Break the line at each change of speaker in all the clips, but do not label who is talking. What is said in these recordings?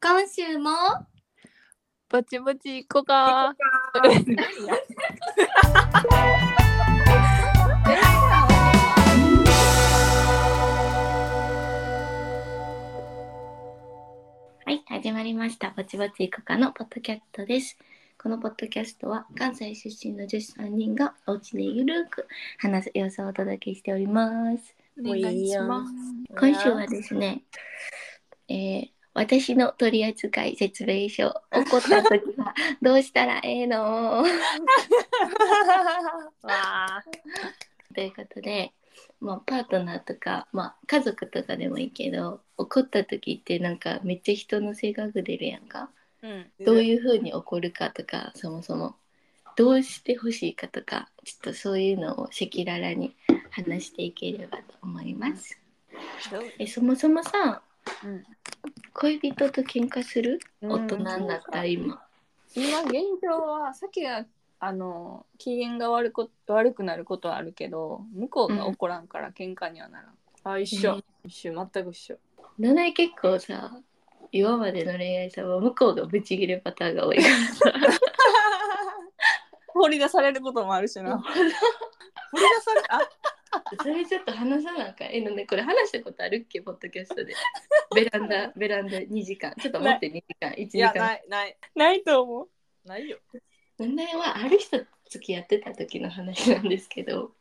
今週も
ぼちぼち行こうか。
はい、始まりました。ぼちぼちいこかのポッドキャストです。このポッドキャストは関西出身の女子3人がお家でゆるく話す様子をお届けしております。
お願いします。
今 週はですね、えー私の取扱説明書、起こった時はどうしたらええ の
わあ、
ということで、まあ、パートナーとか、まあ、家族とかでもいいけど怒った時ってなんかめっちゃ人の性格出るやんか
うん、
どう
う
いう風に怒るかとかそもそもどうしてほしいかとかちょっとそういうのを赤裸々に話していければと思いますえそもそもさ恋人と喧嘩する大人になった今、
今現状はさっきがあの機嫌が悪こ悪くなることはあるけど向こうが怒らんから喧嘩にはならん、あ一緒、
うん
一緒全く一緒
ななえ結構さ今までの恋愛さは向こうがブチギレパターンが多いから
放り出されることもあるし な放り出され あ
それちょっと話さなあかん。え、なんでこれ話したことあるっけ、ポッドキャストで。ベランダ、ベランダ2時間。ちょっと待って、2時間、1
い
時
や
間。
ないないないと思うないよ
問題は、ある人と付き合ってた時の話なんですけ ど。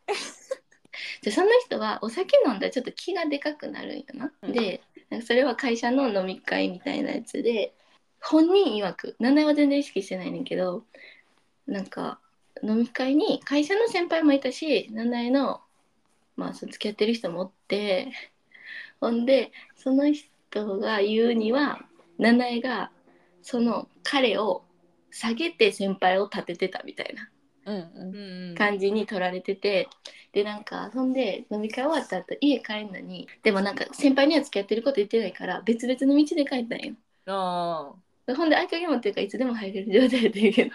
じゃあその人はお酒飲んだらちょっと気がでかくなるんよな。
うん
で、なんかそれは会社の飲み会みたいなやつで、本人曰く、名前は全然意識してないねんけど、なんか飲み会に会社の先輩もいたし名前のまあその付き合ってる人もおってほんでその人が言うには名前がその彼を下げて先輩を立ててたみたいな
うんうん
感じに取られてて、でなんかそんで飲み会終わった後家帰んのにでもなんか先輩には付き合ってること言ってないから別々の道で帰ったんよ。
あ
ほんで合鍵持ってるからいつでも入れる状態でいいけど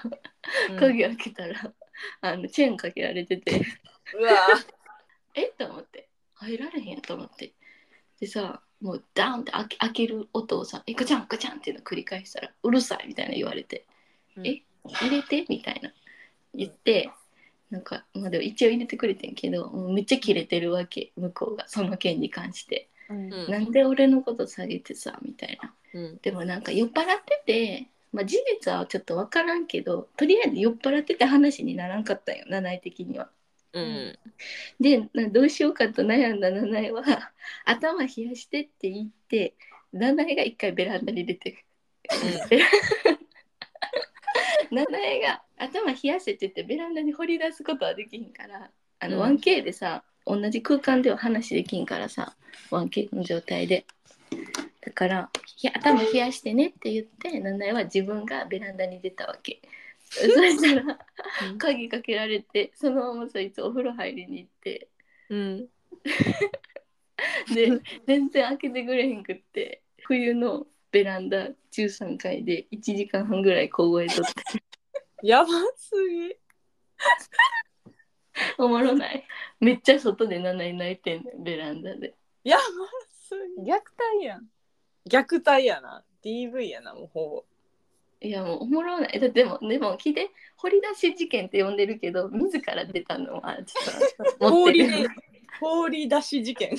あ、
鍵開けたら、あのチェーンかけられてて
うわ
えっと思って入られへんと思ってでさもうダーンって開け開ける音をさ「えガチャンガチャン」っていうのを繰り返したら「うるさい」みたいな言われて「
うん
え入れて」みたいな言って、なんかまあでも一応入れてくれてんけどもうめっちゃキレてるわけ向こうがその件に関して、
うん
うん
なんで俺のこと下げてさみたいな
うん、
でもなんか酔っ払ってて、まあ、事実はちょっと分からんけどとりあえず酔っ払ってて話にならんかったんよ七重的には。
うん、
でなどうしようかと悩んだ七重は 「頭冷やして」って言って七重が一回ベランダに出てベラ 七重が頭冷やせって言ってベランダに掘り出すことはできひんからあの
うん
1K でさ、同じ空間では話できんからさ 1K の状態でだからひ頭冷やしてねって言って七重は自分がベランダに出たわけそしたら鍵かけられてそのままそいつお風呂入りに行って
うん、
で全然開けてくれへんくって冬のベランダ13階で1時間半ぐらい小声とって
やばすぎ
おもろないめっちゃ外で7位泣いてんねんベランダで
やばすぎ虐待やん虐待やな DV やなもうほ
いやもうおもろないだでもでも聞いて掘り出し事件って呼んでるけど自ら出たのはちょっ
ぼ
と持って
放り
る
出放り出し事 件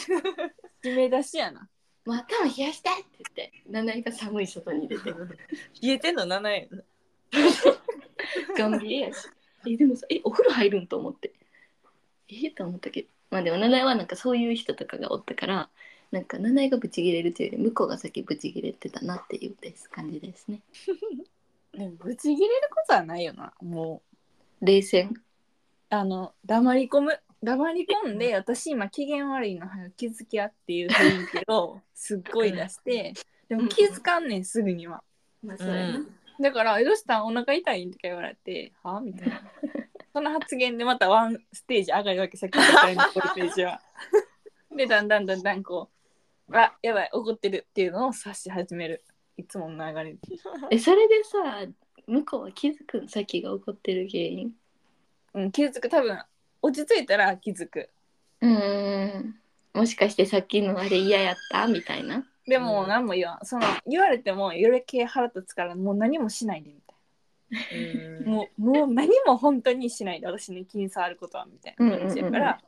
締め出しやな
もう頭冷やしたいって言って7位が寒い外に出て
冷えてんの7円
ガンビエやし。え、でもさ、え、お風呂入るんと思って。えと思ったけど。まあでも、七重はなんかそういう人とかがおったから、なんか七重がブチギレるというより、向こうが先ブチギレてたなっていうです感じですね。
でもブチギレることはないよなもう
冷戦。
あの黙り込む黙り込んで私今機嫌悪いの早く気づきやっていう雰囲気をすっごい出してでも気づかんねんすぐには
まあ
そうやな
だから「えどうしたんお腹痛いん?」とか言われて「はあ?」みたいなその発言でまたワンステージ上がるわけさっきの2人のボルテージは。でだんだんだんだんこう「あやばい怒ってる」っていうのを察し始めるいつもの流れで
え、それでさ、向こうは気づくん、さっきが怒ってる原因。
うん、気づく多分落ち着いたら気づく
うーん。もしかしてさっきのあれ嫌やったみたいな。
でも何も言わんその言われても余計腹立つからもう何もしないでみたい
うん
なもうもう何も本当にしないで私に気に障ることはみたいな感じだから、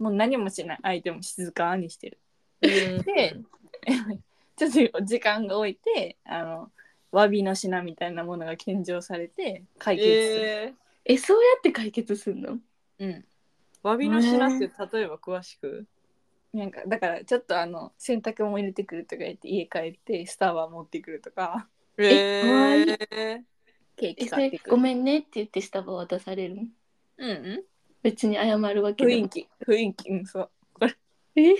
もう何もしない相手も静かにしてる
うん
で ちょっと時間が置いてあの詫びの品みたいなものが献上されて解決する、
えー、
えそうやって解決すんの
うん
詫びの品って例えば詳しく、
なんかだからちょっとあの洗濯も入れてくるとか言って家帰ってスターバー持ってくるとか
え
え
ケー
え
キ
そ
買っ
れ
てく
ご
る
めんねって言ってスタバ渡されるの
うんうん
別に謝るわけ
雰
で
囲
も
気雰囲気うんそう
えー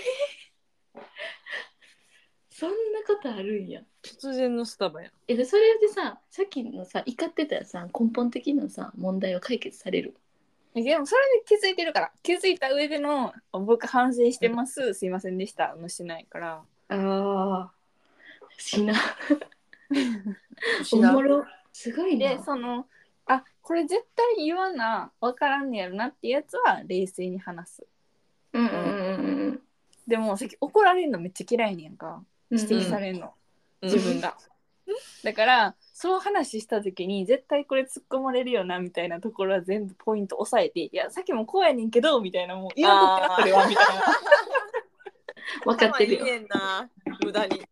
そんなことあるんや
突然のスタバやん
えそれでささっきのさ怒ってたさ根本的なさ問題は解決される
でもそれで気づいてるから気づいた上での「僕反省してますすいませんでした」のしないから
ああしな
し
お
な
もろすごいね
でそのあこれ絶対言わな分からんねやろなってやつは冷静に話す
うんうんうん
でもさっき怒られるのめっちゃ嫌いねやんか
うん
指摘されるの、
うん
自分が、だからそう話した時に絶対これ突っ込まれるよなみたいなところは全部ポイント押さえて「いやさっきもこうやねんけど」みたいなもう言わんとってなそれはみたいな
分かってるよ
頭いいねんな無駄に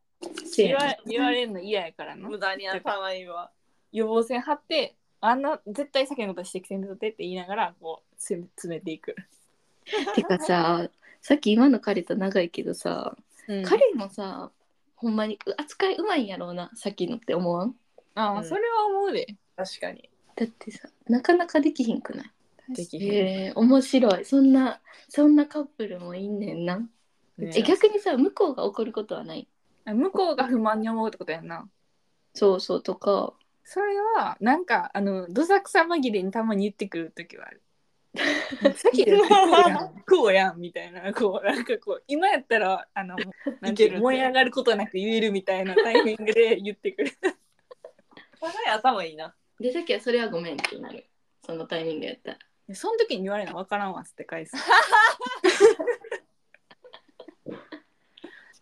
せ
言
や
わ
な
言われるの嫌やからな
無駄に頭いいわ
予防線張ってあんな絶対先のこと指摘せんとってって言いながらこう詰め詰めていく、
てかささっき今の彼と長いけどさ、
彼
彼もさほんまに扱いうまいんやろうなさっきのって思わん
ああ、
うん
それは思うで
確かに
だってさなかなかできひんくない
できへん
へえ面白いそんなそんなカップルもいんねんな
ね
え逆にさ向こうが怒ることはない
あ向こうが不満に思うってことやんな
そうそうとか
それはなんかあのどさくさ紛れにたまに言ってくる時 はあるさっき言ってこうやんこうやんみたいなこうなんかこう今やったらあのなんてい
いけ
う
るって
燃え上がることなく言えるみたいなタイミングで言ってくる
お互い頭いいな
でさっきはそれはごめんってなるそのタイミングやったら
その時に言われるの分からんわっつって返 す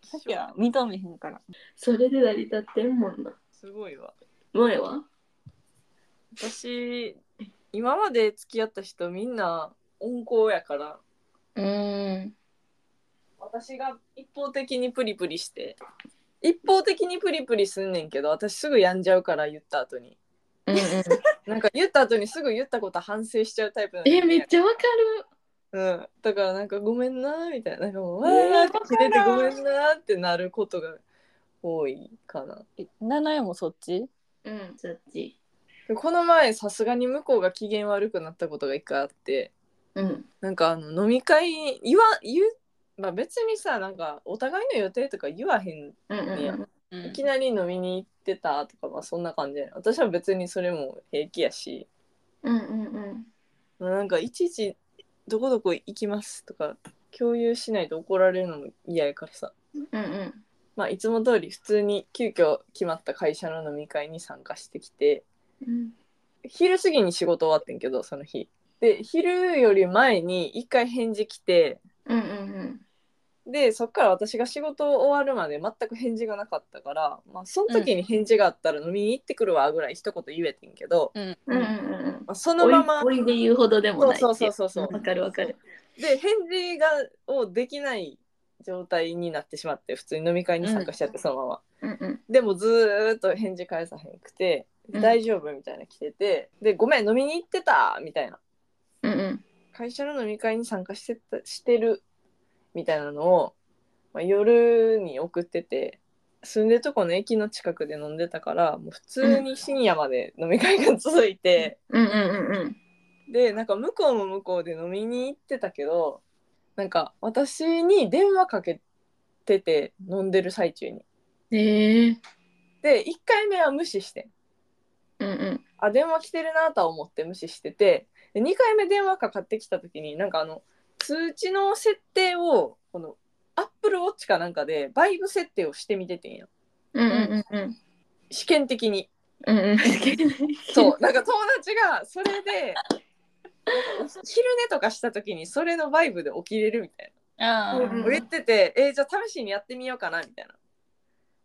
さっきは認めへんから
それで成り立ってんもんな
すごいわ
萌えは
私今まで付き合った人みんな温厚やから
うん
私が一方的にプリプリして一方的にプリプリすんねんけど私すぐやんじゃうから言った後に
うんうん、
なんか言った後にすぐ言ったこと反省しちゃうタイプな ん
えめっ
ね、
ちゃわか
うん、だからなんかごめんなーみたいななんかもうわ
えー
ーって切れて
わか
ご
る
めんなーってなることが多いかな
七重もそっち
るうんそっち
でこの前さすがに向こうが機嫌悪くなったことが一回あって
うん
なんかあの飲み会言わ言う、まあ、別にさなんかお互いの予定とか言わへん
うんうん
いや
うん
うん
いきなり飲みに行ってたとかまあそんな感じやね私は別にそれも平気やし
うんうん
まあなんかいちいちどこどこ行きますとか共有しないと怒られるのも嫌やからさ
うんうん
まあいつも通り普通に急遽決まった会社の飲み会に参加してきて
うん
昼過ぎに仕事終わってんけどその日で昼より前に一回返事来て
うんうん
でそっから私が仕事終わるまで全く返事がなかったから、まあ、その時に返事があったら飲みに行ってくるわぐらい一言言えてんけど、
うん
うんうんうん
まあ、そ
うん
のまま
おいおいで言うほどでもないってい
そうそうそうそうそう
わかるわかる
で返事がをできない状態になってしまって普通に飲み会に参加しちゃってそのまま、
うんうん
でもずーっと返事返さへんくて「
うん
大丈夫?」みたいな来てて「でごめん飲みに行ってた」みたいな
うんうん
会社の飲み会に参加してたしてるみたいなのを、まあ、夜に送ってて住んでるとこの駅の近くで飲んでたからもう普通に深夜まで飲み会が続いて。
うんうんうんうん
でなんか向こうも向こうで飲みに行ってたけどなんか私に電話かけてて飲んでる最中に
へえ
で1回目は無視して
う
ん
んうん
あ電話来てるなとは思って無視しててで2回目電話かかってきた時になんかあの通知の設定をこのアップルウォッチかなんかでバイブ設定をしてみててんよ
うんうんうんうん
試験的に
うんうん
そうなんか友達がそれでなんか昼寝とかした時にそれのバイブで起きれるみたいな
ああ
うん
売れてて、えーじゃあ試しにやってみようかなみたいな。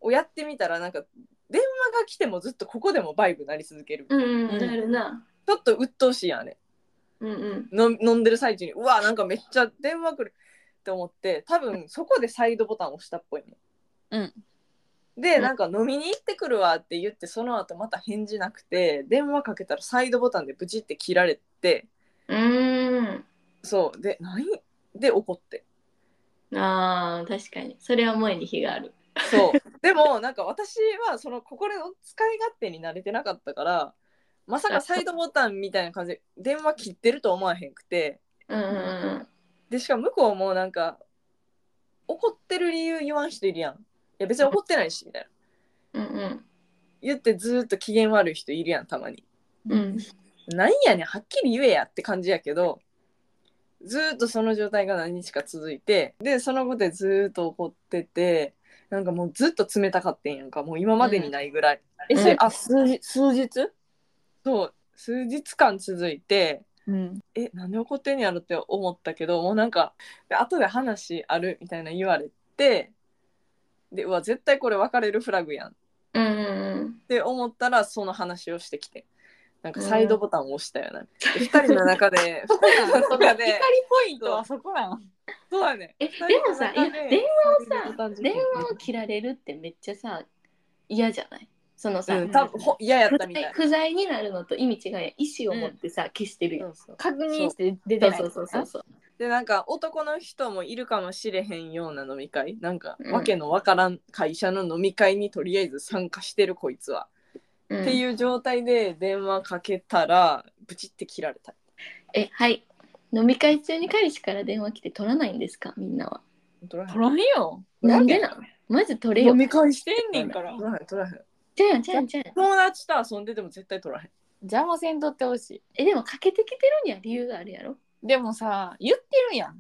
をやってみたらなんか電話が来てもずっとここでもバイブなり続ける、
うん
う
うんん、なるな。
ちょっと鬱陶しいやんあれ
うんうん。
の飲んでる最中にうわなんかめっちゃ電話来るって思って多分そこでサイドボタンを押したっぽいね
うん
で
うん
なんか飲みに行ってくるわって言ってその後また返事なくて電話かけたらサイドボタンでブチって切られて
うー
そうで何で怒って
ん。ああ、確かに。それは萌えに火がある。
そうでもなんか私はその心の使い勝手に慣れてなかったからまさかサイドボタンみたいな感じで電話切ってると思わへんくて
うんうんうん。
でしかも向こうもなんか怒ってる理由言わん人いるやんいや別に怒ってないしみたいな
うんうん
言ってずーっと機嫌悪い人いるやんたまに
うん
なんやねんはっきり言えやって感じやけどずーっとその状態が何日か続いてでその後でずーっと怒っててなんかもうずっと冷たかってんやんかもう今までにないぐらい、
えそれあ数日数日
そう数日間続いて
うん
えなんで怒ってんやろって思ったけどもうなんかで後で話あるみたいな言われてでうわ絶対これ別れるフラグやんっ
うんうん
て思ったらその話をしてきてなんかサイドボタンを押したよな、で2人の中で2人の中
光
で
ポイントは そこなの
そうだね
え
二人の中
でもさいや電話をさ
サイドボタン
う
事
ん。
件
電話を切られるってめっちゃさ、嫌じゃないそのさ、
うん多分ほ嫌やっ
不
たみたい
在不在になるのと意味違いやん意思を持ってさ、消してるや。
なんそうそう
確認して
そ
出て
う
ない
そうそうそうそう。
でなんか男の人もいるかもしれへんような飲み会なんか、
うん
わけのわからん会社の飲み会にとりあえず参加してるこいつは
うん
っていう状態で電話かけたらブチって切られた
え、はい。飲み会中に彼氏から電話来て取らないんですかみんなは。
取らへん
取らんよ
なんでなのマジ取れよ
飲。み会してんねんから
取らへん取らへん
じゃんじゃんじゃん。
友達と遊んでても絶対取らへん
邪魔せんとってほし
え、でもかけてきてるには理由があるやろ。
いでもさ言ってるやん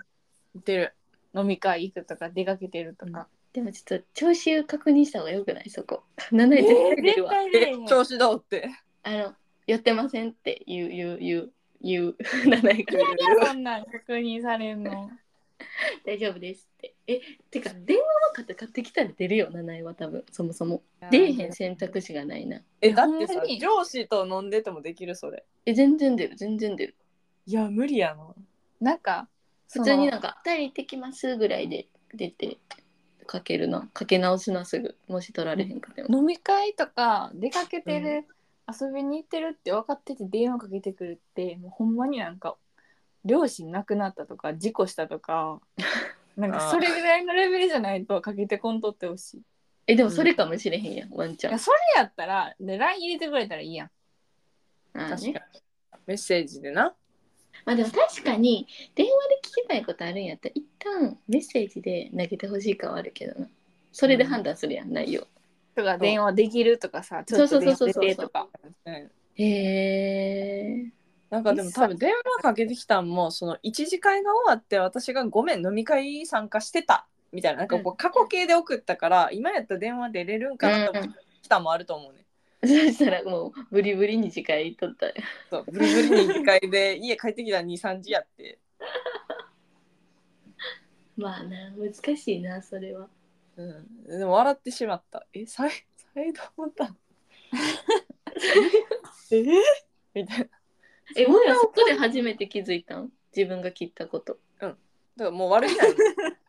言ってる
飲み会行くとか出かけてるとか
でもちょっと調子確認した方がよくないそこ。7位 絶対出る
絶
わ。
対
え
ね
調子どうって
あの、寄ってませんって言う、言う、言う、言う。7位 から
そんなん確認されんの
大丈夫ですって。え、てか、電話は買って買ってきたら出るよ、7位は多分、そもそも。出えへん選択肢がないな。
えだってさ
ほんまに
上司と飲んでてもできるそれ
え、全然出る、全然出る。
いや無理やな
なんか
普通になん
か
か、2人行ってきますぐらいで出て、かけるな。かけ直すな、すぐ。もし取られへんかでも。
飲み会とか出かけてる、遊びに行ってるって分かってて電話かけてくるってもうほんまになんか両親亡くなったとか事故したとかなんか
あー
それぐらいのレベルじゃないとかけてこんとってほしいい
え、でもそれかもしれへんやん、ワンチャ
や
ン。
それやったらで LINE 入れてくれたらいいやん
あー
確
ね
かにメッセージでな
まあでも確かに電話で聞きたいことあるんやったら一旦メッセージで投げてほしいかはあるけどなそれで判断するやん内容
とか電話できるとかさち
そ
ょ
う
っと電話出
そうそうそう
て
そう
とか
うん
へえ
なんかでも多分電話かけてきたんもその一次会が終わって私が「ごめん飲み会参加してた」みたいななんかこう過去形で送ったから今やったら電話出れるんかなと思ってきたもあると思うね
そしたらもうブリブリに次回取った
そうブルブルに1回で 家帰ってきたら23時やって
まあな難しいなそれは
うん、でも笑ってしまった。え、サイサイドボタ ンえみたいな。
えもやそこで初めて気づいたん自分が切ったこと
だからもう悪いな。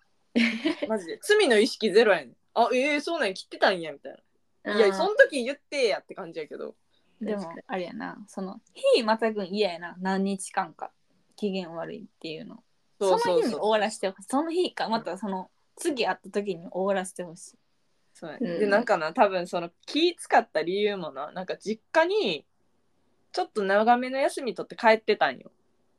マジで。罪の意識ゼロやねん。あ、えー、そうなんや切ってたんや、みたいな。いや、そ
ん
の時言ってやって感じやけど。
で
確
も
かに
あれやなその日またぐん嫌やな何日間か期限悪いっていうの
そ
そ
うそ
の
う
日に
そ
終
う。
わらせてほしいその日かまたその次会った時に終わらせてほしい
そうや
う
ね
ん
で、なんかな、多分その気使った理由もな、なんか実家にちょっと長めの休み取って帰ってたんよ。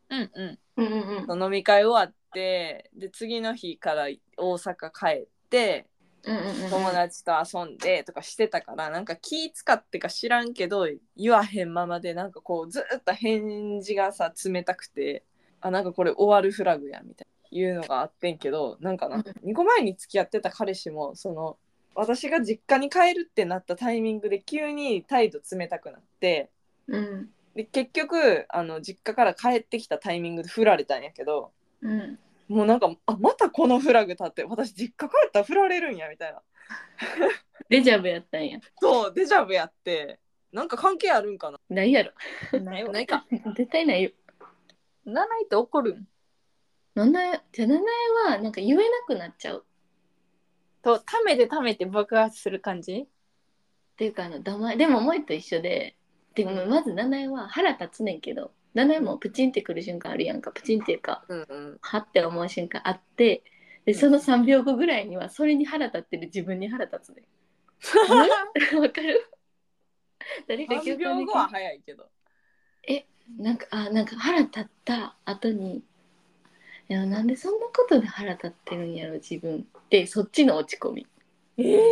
うんうん
うんうん
飲み会終わって、で、次の日から大阪帰って、
うんうん
友達と遊んでとかしてたからなんか気使ってか知らんけど言わへんままでなんかこうずっと返事がさ冷たくてあなんかこれ終わるフラグやみたいないうのがあってんけどなんかな2個前に付き合ってた彼氏もその私が実家に帰るってなったタイミングで急に態度冷たくなって
うん
で結局あの実家から帰ってきたタイミングで振られたんやけど
うん
もうなんかあまたこのフラグ立って私実家帰ったら振られるんやみたいな
デジャブやったんや。
そうデジャブやってなんか関係あるんかな
ないやろ。
ないわ。ないか。
絶対ないよ。
7位って怒るん
名前じゃあ名前はなんか言えなくなっちゃう
と、ためてためて爆発する感じ
っていうかあの名前でも萌えと一緒ででもまず名前は腹立つねんけど名前もプチンってくる瞬間あるやんかプチンっていうか
うんうん
はって思う瞬間あってでその3秒後ぐらいにはそれに腹立ってる自分に腹立つねん わかる誰か共感で
3秒
き
後は早いけど
るなんかあなんか腹立った後にいやなんでそんなことで腹立ってるんやろ自分ってそっちの落ち込み
ええ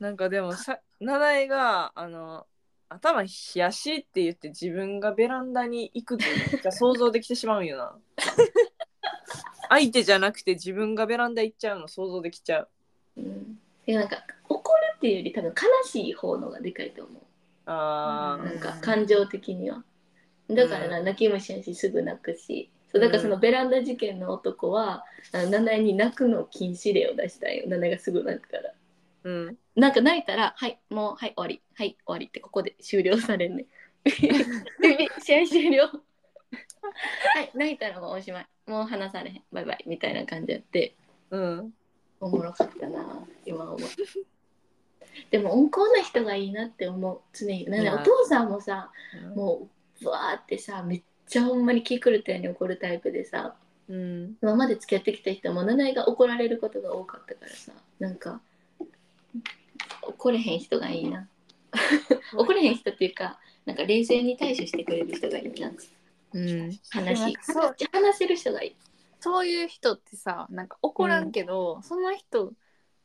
なんかでもさ七重があの頭冷やしって言って自分がベランダに行くってめっちゃ想像できてしまうんよ な相手じゃなくて自分がベランダ行っちゃうの想像できちゃう
うんでなんか怒るっていうより多分悲しい方のがでかいと思
あ
う
ー、
なんか
うん
感情的にはだからな、
う
泣き虫やしすぐ泣くしそうだからそのベランダ事件の男は、あの七重に泣くの禁止令を出したいよ七重がすぐ泣くから
うん
なんか泣いたら「はいもうはい終わりはい終わり」ってここで終了されんね で試合終了はい泣いたらもうおしまいもう話されへんバイバイみたいな感じやって
うん
おもろかったな今思うでも温厚な人がいいなって思う常になん
い
か
や
お父さんもさもうぶわーってさめっちゃほんまに気狂ったように怒るタイプでさ
うん
今まで付き合ってきた人も七重が怒られることが多かったからさなんか怒れへん人がいいな怒れへん人っていうかなんか冷静に対処してくれる人がいいな
うん
話
なん
話
かそう
話せる人がいい
そういう人ってさ、なんか怒らんけど、その人、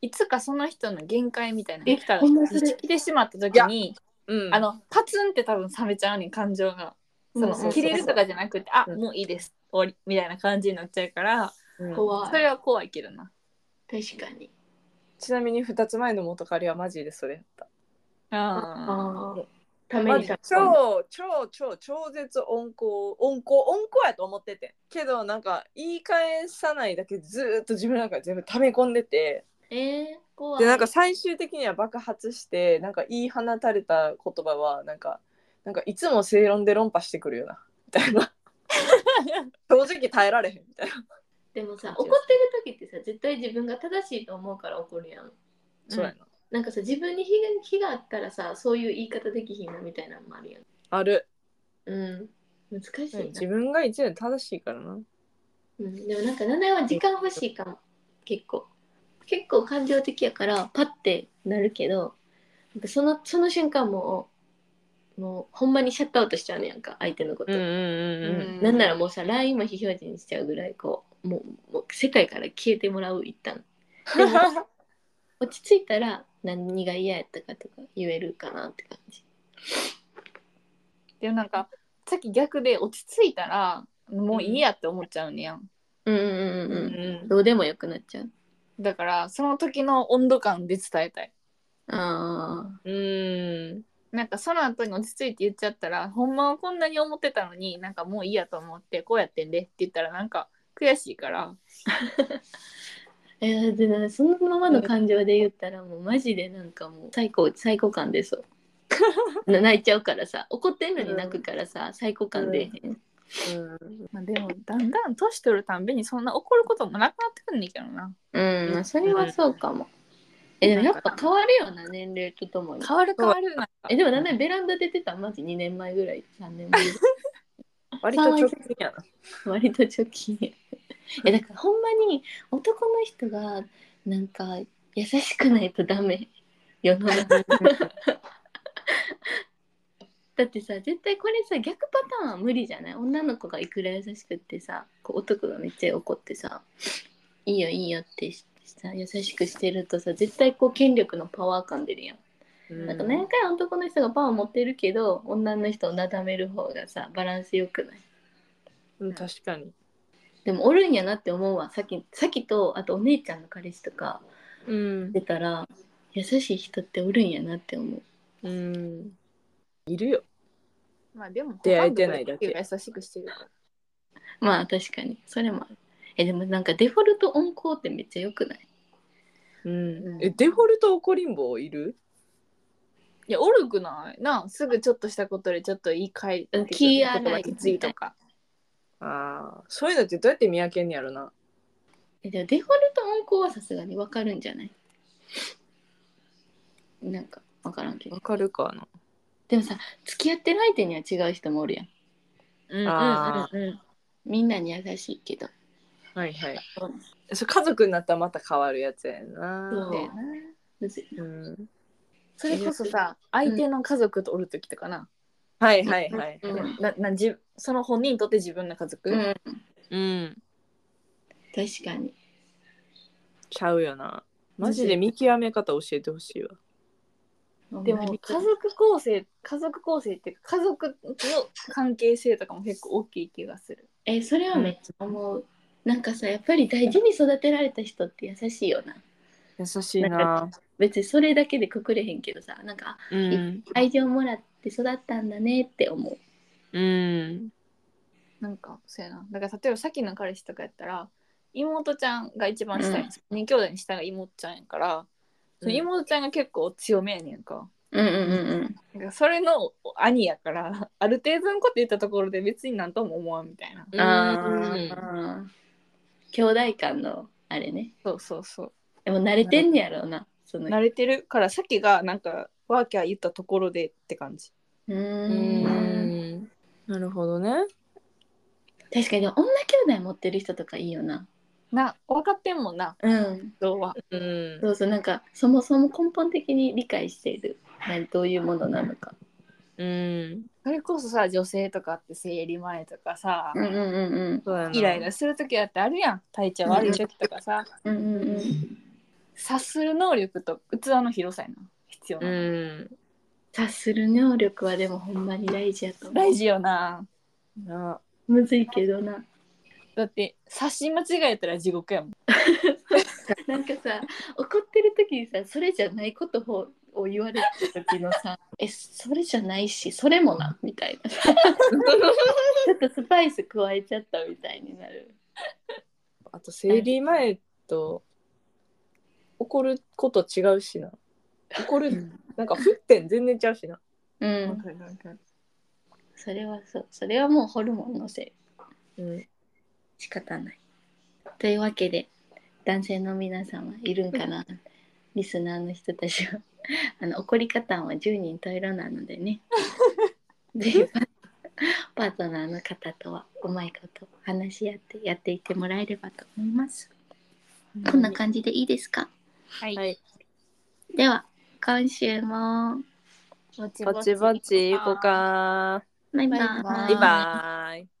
いつかその人の限界みたいなのが来たら
えほんまそれ
来てしまった時に、
うん
あの、パツンって多分冷めちゃうねん、感情が。そ
うんそうそうそ
の
う
切れるとかじゃなくて、あ
うん
もういいです、終わりみたいな感じになっちゃうから、
うん
怖い
それは怖いけどな。
確かに
ちなみに2つ前の元彼はマジでそれやった
あ
ああため
マ
に
ジ
立つ
超超超超絶温厚温厚温厚やと思っててけどなんか言い返さないだけずーっと自分なんか全部溜め込んでて
えー、怖い
でなんか最終的には爆発してなんか言い放たれた言葉はなんかなんかいつも正論で論破してくるよなみたいな正直耐えられへんみたいな
でもさ怒ってる時ってさ絶対自分が正しいと思うから怒るやん
そうやな、
なんかさ自分に非が非があったらさそういう言い方できひんなみたいなのもあるやん
ある、
うん難しいな、
自分が一年正しいからな
うん、でもなんか七重は時間欲しいかも結構結構感情的やからパッてなるけどなんかそのその瞬間もうもうほんまにシャットアウトしちゃうねやんか相手のこと、
うん
うん
なんならもうさ LINE も非表示にしちゃうぐらいこうもうもう世界から消えてもらう一旦でも 落ち着いたら何が嫌やったかとか言えるかなって感じ
でもなんかさっき逆で落ち着いたらもういいやって思っちゃうねやん、
うんうんうんうん
うん
どうでもよくなっちゃう
だからその時の温度感で伝えたい
あ
うん
なんかその後に落ち着いて言っちゃったらほんまはこんなに思ってたのになんかもういいやと思ってこうやってんでって言ったらなんか悔しいから
えー、でなそのままの感情で言ったらもうマジでなんかもう最高最高感出そう な泣いちゃうからさ怒ってんのに泣くからさ、最高感出えへん、
まあでもだんだん年取るたんびにそんな怒ることもなくなってくるんだけどな
うん、まあそれはそうかも。え、でもやっぱ変わるよな、年齢とともに。
変わる変わるなんか
え、でもなんだベランダ出てた、マジ2年前ぐらい、3年前ぐらい。
割と直近やな
割と貯金や。え、だからほんまに男の人が、なんか優しくないとダメ。世の中。だってさ、絶対これさ、逆パターンは無理じゃない女の子がいくら優しくってさ、こう男がめっちゃ怒ってさ、いいよいいよってしさ、優しくしてるとさ、絶対こう権力のパワー感出るやん。なんか何回男の人がパワー持ってるけど、女の人をなだめる方がさ、バランスよくない
うん、確かに。
でもおるんやなって思うわさっきさっきとあとお姉ちゃんの彼氏とか
うん。
出たら優しい人っておるんやなって思う
うん。いるよ。
まあでも
出会えてないだけ
他の子が優しくしてるから
まあ確かにそれもあるえでもなんかデフォルト温厚ってめっちゃ良くない
うん、えデフォルト怒りんぼいる
いや、おるくないなあすぐちょっとしたことでちょっと言い換え
うん
なんていうの
気洗い
言葉きついとか。
ああそういうのってどうやって見分けんねやろな
えでもデフォルト温厚はさすがに分かるんじゃないなんか分からんけど
わかるかな
でもさ付き合ってる相手には違う人もおるやん
うんうん
あ
うんうん。
みんなに優しいけど
はいはい
そう
そう家族になったらまた変わるやつやな
そう
そうやな
むずい
うん、
それこそさ、相手の家族とおるときとかな。
はいはいはい、
うん
ななじその本人にとって自分の家族。
うん
うん、
確かに
ちゃうよなマジで見極め方教えてほしいわ
でも家族構成家族構成っていうか家族の関係性とかも結構大きい気がする。
えそれはめっちゃ思う、なんかさやっぱり大事に育てられた人って優しいよな
優しい
なん
な
別にそれだけでくくれへんけどさなんか
う
あ
ん
愛情もらって育ったんだねって思う
うん
なんかそうやな。だから例えばさっきの彼氏とかやったら妹ちゃんが一番下に、二兄弟に下が妹ちゃんやから、その妹ちゃんが結構強めやねんか。
うんうんうん
なんかそれの兄やからある程度のこと言ったところで別になんとも思わんみたいな。
ん
あー兄弟間のあれね
そうそうそう。
でも慣れてんねやろうなその
慣れてるからさっきがなんかワーキャー言ったところでって感じ。
う
う
ーん
んなるほどね
確かにでも女兄弟持ってる人とかいいよな
な分かってんもんな
うん
童話。
うん
そうそうなんかそもそも根本的に理解している何どういうものなのか
うん
それこそさ女性とかって生理前とかさ、
うんうんうん
そうやな
イライラする時だってあるやん体調悪い時とかさ、
うんうんうんうん
察する能力と器の広さやな必要
う
な、
ん
察する能力はでもほんまに大事やと思う
大事よな
な
むずいけどな
だって察し間違えたら地獄やもん
なんかさ怒ってる時にさそれじゃないことをを言われた時のさえそれじゃないしそれもなみたいなちょっとスパイス加えちゃったみたいになる
あと生理前と怒ること違うしな怒るなんか沸点全然ちゃうしな
う
わ
ん
かるわかる
それはそうそれはもうホルモンのせい
うん
仕方ないというわけで男性の皆さんはいるんか なリスナーの人たちは あの怒り方は10人十色なので ねぜひパートナーの方とはうまいこと話し合ってやっていってもらえればと思いますこんな感じでいいですか
はい、
はい
では今週も
ぼち
ぼちぼち行こうか
バイバ
バイ
イ
バイ
バイバイ